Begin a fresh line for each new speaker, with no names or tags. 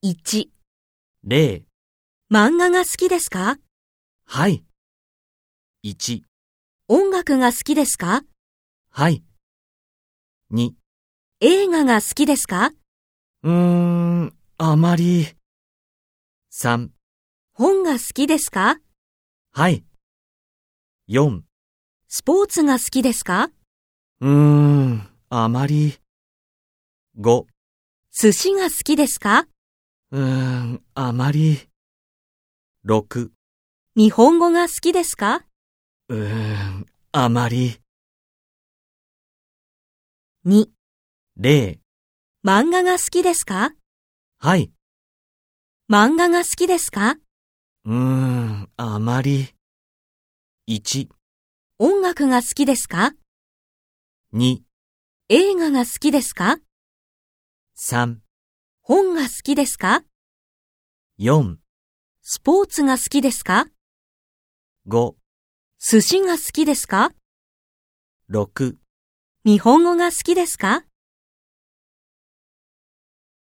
1、
0
漫画が好きですか
はい。1
音楽が好きですか
はい。2
映画が好きですか
うーん、あまり。3
本が好きですか
はい。4
スポーツが好きですか
うーん、あまり。5
寿司が好きですか
うーん、あまり。6
日本語が好きですか
うーん、あまり。
2、
0
漫画が好きですか
はい。
漫画が好きですか
うーん、あまり。1、
音楽が好きですか
2、
映画が好きですか
3、
本が好きですか
4、
スポーツが好きですか
5、
寿司が好きですか
6
日本語が好きですか